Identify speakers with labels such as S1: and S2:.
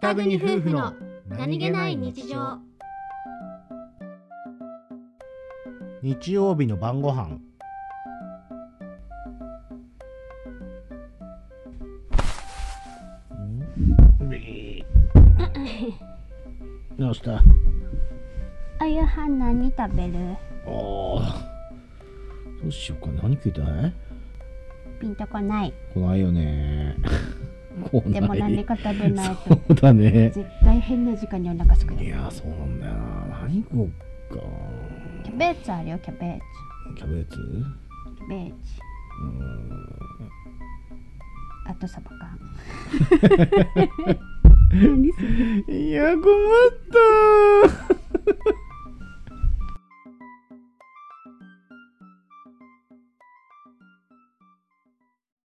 S1: 北国夫婦の日曜日の晩ご飯んうえどうした
S2: お夕飯何食べる
S1: おーどうしようか何食いたい
S2: ピンとこない。
S1: 来ないよ ね来ない
S2: でも何か食べないと
S1: そうだ ね
S2: 絶対変な時間にお腹すくよ
S1: いやそうなんだよな何食おうか
S2: キャベツあるよキャベ
S1: キャベツ
S2: ツキャベツ
S1: うん
S2: あとサバ缶何それ
S1: いや困った